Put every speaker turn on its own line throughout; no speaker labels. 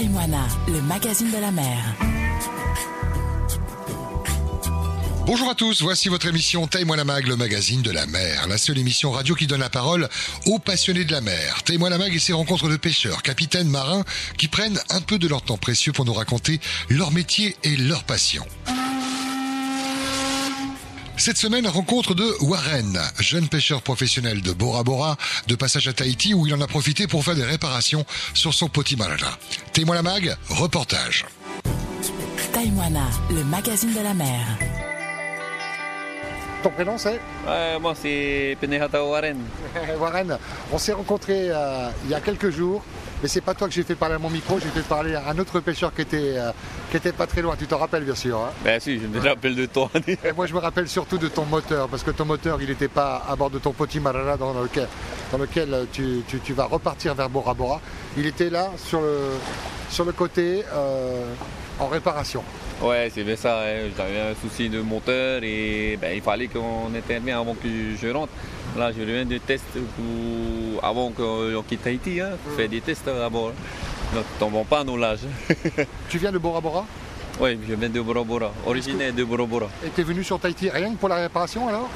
et Moana, le magazine de la mer.
Bonjour à tous, voici votre émission Taille-moi la mag, le magazine de la mer, la seule émission radio qui donne la parole aux passionnés de la mer. Taille-moi la mag et ses rencontres de pêcheurs, capitaines, marins, qui prennent un peu de leur temps précieux pour nous raconter leur métier et leur passion. Cette semaine, rencontre de Warren, jeune pêcheur professionnel de Bora Bora, de passage à Tahiti où il en a profité pour faire des réparations sur son Potimarana. Témoin la mag, reportage.
Taïmoana, le magazine de la mer.
Ton prénom c'est
Ouais, moi c'est Penehata Warren.
Warren. On s'est rencontrés euh, il y a quelques jours, mais c'est pas toi que j'ai fait parler à mon micro, j'ai fait parler à un autre pêcheur qui était, euh, qui était pas très loin. Tu t'en rappelles bien sûr. hein
Ben si, je me rappelle de toi.
Et moi, je me rappelle surtout de ton moteur, parce que ton moteur, il n'était pas à bord de ton petit Marana dans lequel, dans lequel tu, tu- tu vas repartir vers Bora Bora. Il était là, sur le, sur le côté, euh, en réparation.
ouais, c'est bien ça. hein. J'avais un souci de moteur et ben, il fallait qu'on intervienne avant que je rentre. Là, je reviens de test pour- avant qu'on quitte Tahiti. Hein. Faut Faire des tests à bord. Donc, tombons pas nos lâches.
Tu viens de Bora Bora
ouais, je viens de Bora Bora, originaire de Bora Bora.
et tu es venu sur Tahiti rien que pour la réparation alors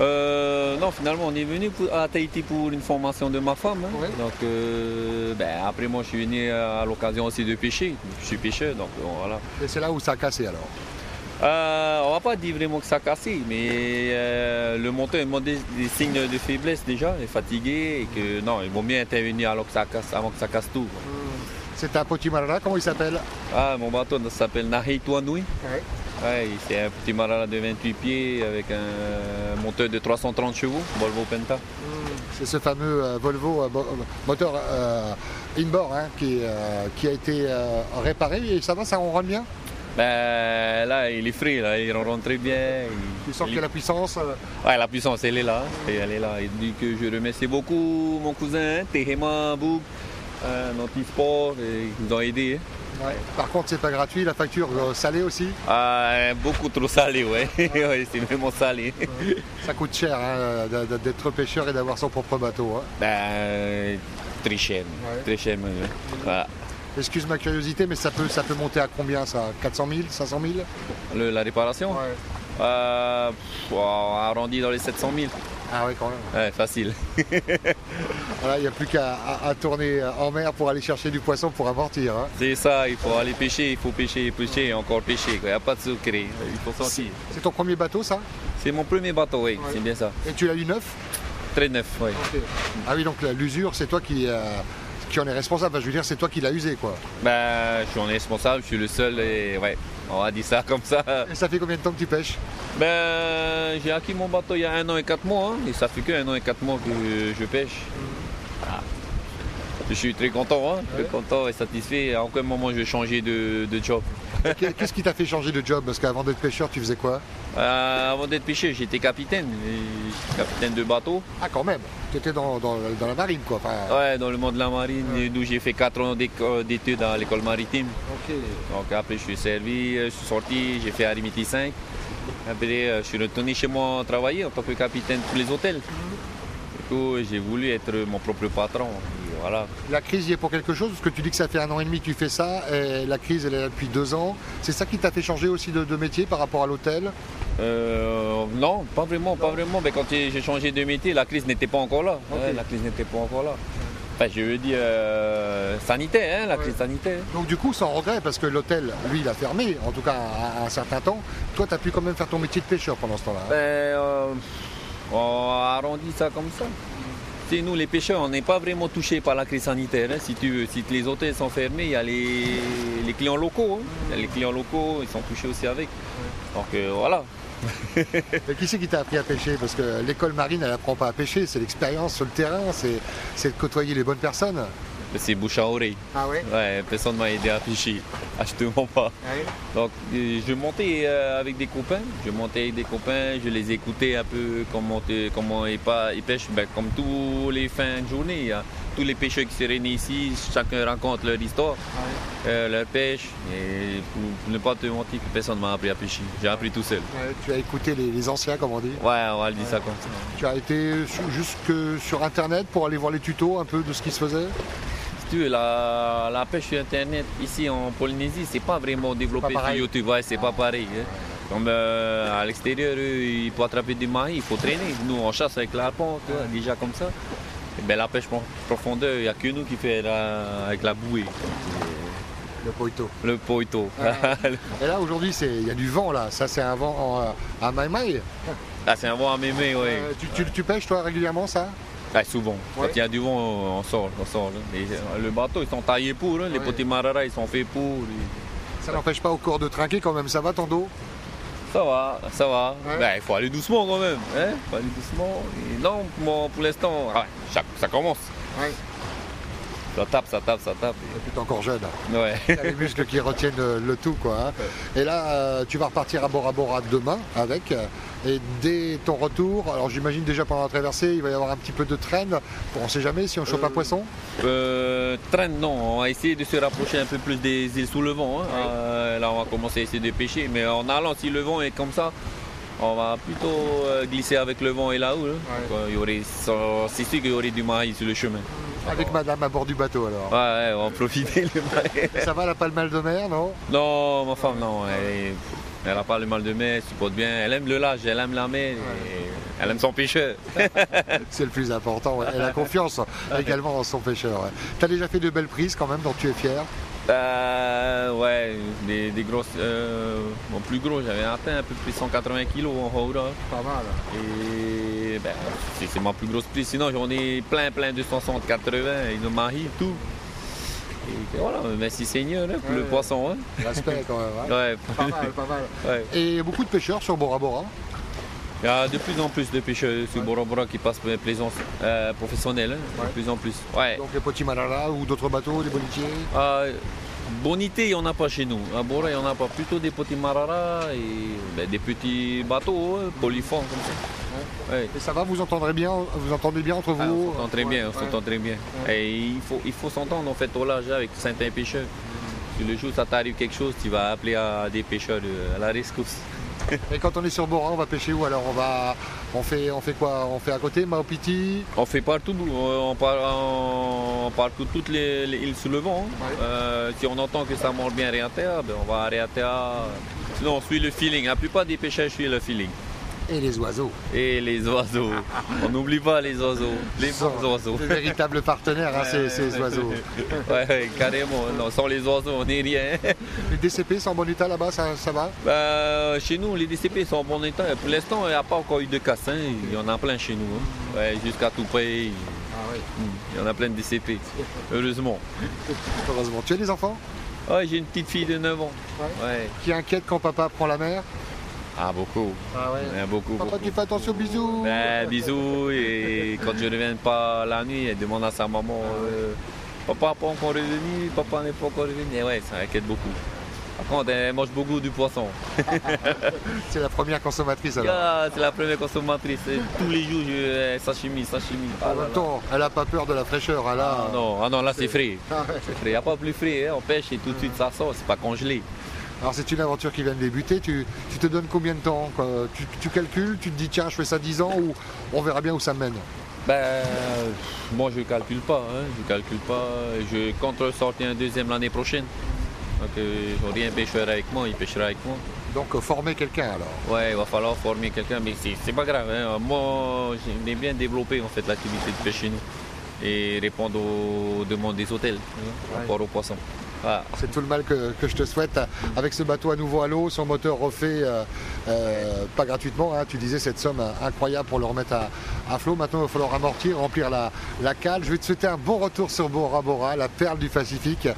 Euh, non, finalement, on est venu pour- à Tahiti pour une formation de ma femme. hein.
Ouais.
Donc, euh, ben, après, moi, je suis venu à l'occasion aussi de pêcher. Je suis pêcheur, donc euh, voilà.
Et c'est là où ça a cassé alors.
Euh, on va pas dire vraiment que ça a cassé, mais euh, le monteur m'a des, des signes de faiblesse déjà, il est fatigué et que non, il vaut mieux intervenir alors que ça casse, avant que ça casse tout. quoi.
Mm. C'est un petit Marana, comment il s'appelle
Ah, mon bateau ça s'appelle Nahi Tuanui.
Ouais.
Ouais, c'est un petit marin de 28 pieds avec un moteur de 330 chevaux, Volvo Penta.
C'est ce fameux euh, Volvo euh, bo- euh, moteur euh, inboard hein, qui, euh, qui a été euh, réparé et ça va, ça on bien
Ben, là, il est frais, là, il rentre très bien.
Tu
il-
sens
il-
que la puissance. euh,
Ouais, la puissance, elle est là. hein. Et Elle est là. Il dit que je remercie beaucoup mon cousin, Tehema Bouk, euh, Nantisport, et ils nous ont aidés. hein.
Ouais. Par contre, c'est pas gratuit, la facture euh, salée aussi,
Ah, beaucoup trop salé, ouais. Ouais, c'est vraiment salé.
ça coûte cher hein, d- d- d'être pêcheur et d'avoir son propre bateau. hein.
Ben, très cher.
Ouais.
Très cher, Ah, monsieur. Voilà.
Excuse ma curiosité, mais ça peut, ça peut monter à combien ça 400 000 500 000
Le- la réparation euh, pff, on a arrondi dans les 700 000.
Ah ouais, quand même.
Ouais, facile.
Voilà, Il n'y a plus qu'à à- à tourner euh, en mer pour aller chercher du poisson pour amortir. hein.
C'est ça, il faut aller pêcher, il faut pêcher, pêcher et encore pêcher. quoi. Il n'y a pas de secret. Il faut sortir.
C'est ton premier bateau ça
C'est mon premier bateau, oui.
Ouais.
C'est bien ça.
Et tu l'as eu neuf
Très neuf, oui.
Ah oui, donc la- l'usure, c'est toi qui, euh, qui en est responsable. Enfin, je veux dire, c'est toi qui l'as usé quoi.
Ben, je suis en responsable, je suis le seul et ouais, on a dit ça comme ça.
Et ça fait combien de temps que tu pêches
Ben, j'ai acquis mon bateau il y a un an et quatre mois hein, et ça fait que un an et quatre mois que je pêche. Ah. Je suis très content, hein, très content et satisfait. À aucun moment je vais changer de, de job.
Qu'est- Qu'est-ce qui t'a fait changer de job Parce qu'avant d'être pêcheur, tu faisais quoi
Euh, avant d'être pêcheur, j'étais capitaine, et- capitaine de bateau.
Ah quand même Tu étais dans, dans- dans la marine quoi. Enfin,
Ouais, dans le monde de la marine, et d'où j'ai fait quatre ans d'éco- d'études à l'école maritime. Donc après, je suis servi, euh, je suis sorti, j'ai fait Arimiti 5. Après, euh, je suis retourné chez moi travailler en tant que capitaine pour les hôtels. Du coup, j'ai voulu être mon propre patron. Et voilà.
La crise y est pour quelque chose, parce que tu dis que ça fait un an et demi que tu fais ça, et la crise elle est là depuis deux ans. C'est ça qui t'a fait changer aussi de, de métier par rapport à l'hôtel
Euh, non, pas vraiment, pas vraiment. Mais quand j'ai j'ai changé de métier, la crise n'était pas encore là. Ouais, la crise n'était pas encore là. Enfin, je veux dire euh, sanitaire, hein, la
Ouais.
crise sanitaire.
Donc du coup, sans regret, parce que l'hôtel, lui, il a fermé, en tout cas à, à un certain temps. Toi, t'as pu quand même faire ton métier de pêcheur pendant ce temps-là. hein.
Ben, euh, on arrondit ça comme ça. Tu sais, nous, les pêcheurs, on n'est pas vraiment touchés par la crise sanitaire. hein, si tu veux, si les hôtels sont fermés, il y a les, les clients locaux. hein. Il y a Les clients locaux, ils sont touchés aussi avec. Donc euh, voilà.
Et qui c'est qui t'a appris à pêcher Parce que l'école marine, elle apprend pas à pêcher, c'est l'expérience sur le terrain, c'est c'est de côtoyer les bonnes personnes.
C'est bouche à oreille.
Ah ouais
Ouais, personne ne m'a aidé à pêcher. Ah, je te mens pas. Donc euh, je montais euh, avec des copains, je montais avec des copains, je les écoutais un peu comment, euh, comment ils, pa- ils pêchent, Ben, comme tous les fins de journée. hein. Tous les pêcheurs qui se réunissent ici, chacun raconte leur histoire, euh, leur pêche. Et pour, pour ne pas te mentir, personne ne m'a appris à pêcher. J'ai appris tout seul.
Euh, Tu as écouté les, les anciens, comme on dit.
Ouais, on va le dire ça comme ça.
Tu as été su- jusque sur Internet pour aller voir les tutos un peu de ce qui se faisait
tu veux, la, la pêche sur Internet ici en Polynésie, c'est pas vraiment développé sur
pareil. Ah.
YouTube, ouais, c'est pas pareil. hein. Comme euh, à l'extérieur, eux, il faut attraper du maïs, il faut traîner. Nous, on chasse avec la pente, tu vois, déjà comme ça. Et ben, la pêche en profondeur, il n'y a que nous qui fait la- avec la bouée,
le poito.
le poito.
Ah, Et là aujourd'hui, c'est- il y a du vent là. Ça, c'est un vent en, euh, à Mai Mai.
Ah, c'est un vent à mémé, oui.
Euh, tu, tu- tu pêches toi régulièrement ça
Ah, souvent.
Ouais.
Quand il y a du vent, on sort, on sort. là. Et, euh, le bateau, ils sont taillés pour, hein, les
Ouais.
petits mararas, ils sont faits pour. et-
Ça n'empêche pas au corps de trinquer quand même. Ça va ton dos
Ça va, ça va.
Ouais.
Ben, il faut aller doucement quand même. Hein faut aller doucement. Et non, moi, pour l'instant, ah, ça, ça commence.
Ouais.
Ça tape, ça tape, ça tape.
Et puis t'es encore jeune.
et- Ouais.
T'as les muscles qui retiennent euh, le tout quoi. hein. Et là, euh, tu vas repartir à Bora Bora demain avec. euh, Et dès ton retour, alors j'imagine déjà pendant la traversée, il va y avoir un petit peu de traîne. On ne sait jamais si on chope un poisson.
Euh, traîne, non. On va essayer de se rapprocher un peu plus des îles sous le vent. hein. Euh, là, on va commencer à essayer de pêcher. Mais en allant, si le vent est comme ça, on va plutôt euh, glisser avec le vent et la houle. hein.
Ouais.
Donc, euh, il y aurait- ça- C'est sûr qu'il y aurait du maïs sur le chemin.
Avec madame à bord du bateau alors.
Ouais, ouais, on va en profiter le maïs.
Ça va la palmal de mer, non
Non, ma femme, non. Elle elle a pas le mal de mer, elle supporte bien. Elle aime le large, elle aime la mer, et elle aime son pêcheur.
C'est le plus important. ouais. Elle a confiance également en son pêcheur. ouais. T'as déjà fait de belles prises quand même, dont tu es fier.
Euh, ouais, des, des grosses. euh, mon plus gros, j'avais atteint un peu plus de 180 kilos en Haura.
Pas mal.
Et ben, c'est c'est ma plus grosse prise. Sinon, j'en ai plein, plein 260, 80, il nous m'arrive tout. Et voilà, merci Seigneur hein, pour le
Ouais.
poisson. hein.
Respect quand même. hein.
Ouais,
Pas mal, pas mal.
ouais.
Et il y a beaucoup de pêcheurs sur Bora Bora. hein.
Il y a de plus en plus de pêcheurs sur Bora Bora qui passent pour plaisance euh, professionnelle, hein,
Ouais.
de plus en plus. Ouais.
Donc les petits malalas ou d'autres bateaux, des bonitiers.
Ah, bonité, il n'y en a pas chez nous. À Bora, il n'y en a pas. Plutôt des petits mararas et ben, des petits bateaux, hein, polyphons comme ça. Ouais.
Et ça va, vous entendrez bien, vous entendez bien entre
Ah, on
vous
s'entend très bien, on
Ouais.
s'entend très bien. Et il faut, il faut s'entendre en fait au large avec certains pêcheurs. Si le jour ça t'arrive quelque chose, tu vas appeler à des pêcheurs de- à la rescousse.
Et quand on est sur Bora, on va pêcher où alors on va, on fait, on fait quoi On fait à côté Maopiti.
On fait partout, Euh, on part, on part tout- toutes les, les îles sous le vent.
Ouais.
Euh, si on entend que ça mord bien à Réatea, ben on va à Réatea. Sinon, on suit le feeling. La plupart des pêcheurs suivent le feeling.
Et les oiseaux.
Et les oiseaux. On n'oublie pas les oiseaux. Les
Ce sont
bons oiseaux.
De véritables partenaires, hein, ces, ces oiseaux.
Ouais, ouais, carrément. Non, sans les oiseaux, on n'est rien.
Les DCP sont en bon état là-bas, ça, ça va
Ben, chez nous, les DCP sont en bon état. Pour l'instant, il n'y a pas encore eu de casse. hein. Il y en a plein chez nous. hein. Ouais, Jusqu'à tout près, il
Ah
y en a plein de DCP. Heureusement.
Heureusement. Tu as des enfants
Ouais, J'ai une petite fille de 9 ans.
Ouais.
Ouais.
qui inquiètent quand papa prend la mer
Ah, beaucoup.
Ah
Ouais, beaucoup,
Papa,
beaucoup.
tu fais attention, bisous.
Ben, bisous. Et quand je ne reviens pas la nuit, elle demande à sa maman euh, Papa n'est pas encore revenu, papa n'est pas encore revenu. Et ouais, ça inquiète beaucoup. Par contre, elle mange beaucoup du poisson.
C'est la première consommatrice alors.
Ah, c'est la première consommatrice. Tous les jours, je... eh, sashimi, sashimi. Ah
En
là
même
là.
temps, elle a pas peur de la fraîcheur, elle a.
Ah non, ah non, là c'est frais. Il n'y a pas plus frais, hein. on pêche et tout de suite ça sort, c'est pas congelé.
Alors c'est une aventure qui vient de débuter. Tu, tu te donnes combien de temps quoi tu, tu calcules, tu te dis tiens, je fais ça 10 ans ou on verra bien où ça mène.
Ben, moi je calcule pas, hein. je calcule pas. Je compte sortir un deuxième l'année prochaine. Donc euh, j'aurai un pêcheur avec moi, il pêchera avec moi.
Donc euh, former quelqu'un alors.
Ouais, il va falloir former quelqu'un, mais c'est c'est pas grave. hein. Moi, j'aime bien développer en fait l'activité de pêche chez nous et répondre aux demandes des hôtels hein, par rapport aux poissons. Ah, Voilà.
C'est tout le mal que, que je te souhaite. Avec ce bateau à nouveau à l'eau, son moteur refait, euh, euh, pas gratuitement, hein. tu disais cette somme euh, incroyable pour le remettre à, à flot. Maintenant, il va falloir amortir, remplir la, la cale. Je vais te souhaiter un bon retour sur Bora Bora, la perle du Pacifique.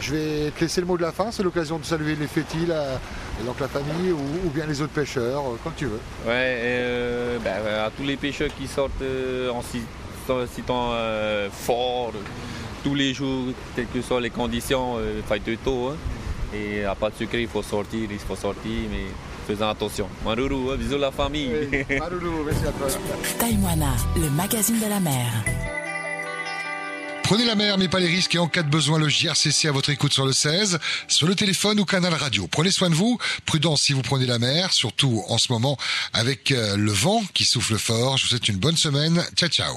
Je vais te laisser le mot de la fin. C'est l'occasion de saluer les fétiles, euh, et donc la famille ou, ou bien les autres pêcheurs, euh, comme tu veux.
Ouais, euh, ben, euh, à tous les pêcheurs qui sortent euh, en ci- en citant euh, fort euh, tous les jours, quelles que soient les conditions, euh, faites de tôt. hein. Et à pas de sucre, il faut sortir, il faut sortir, mais faisant attention. Maruru, hein, bisous la famille.
merci à toi.
Taïwana, le magazine de la mer.
Prenez la mer, mais pas les risques et en cas de besoin, le JRCC à votre écoute sur le 16, sur le téléphone ou canal radio. Prenez soin de vous, prudence si vous prenez la mer, surtout en ce moment avec euh, le vent qui souffle fort. Je vous souhaite une bonne semaine. Ciao, ciao.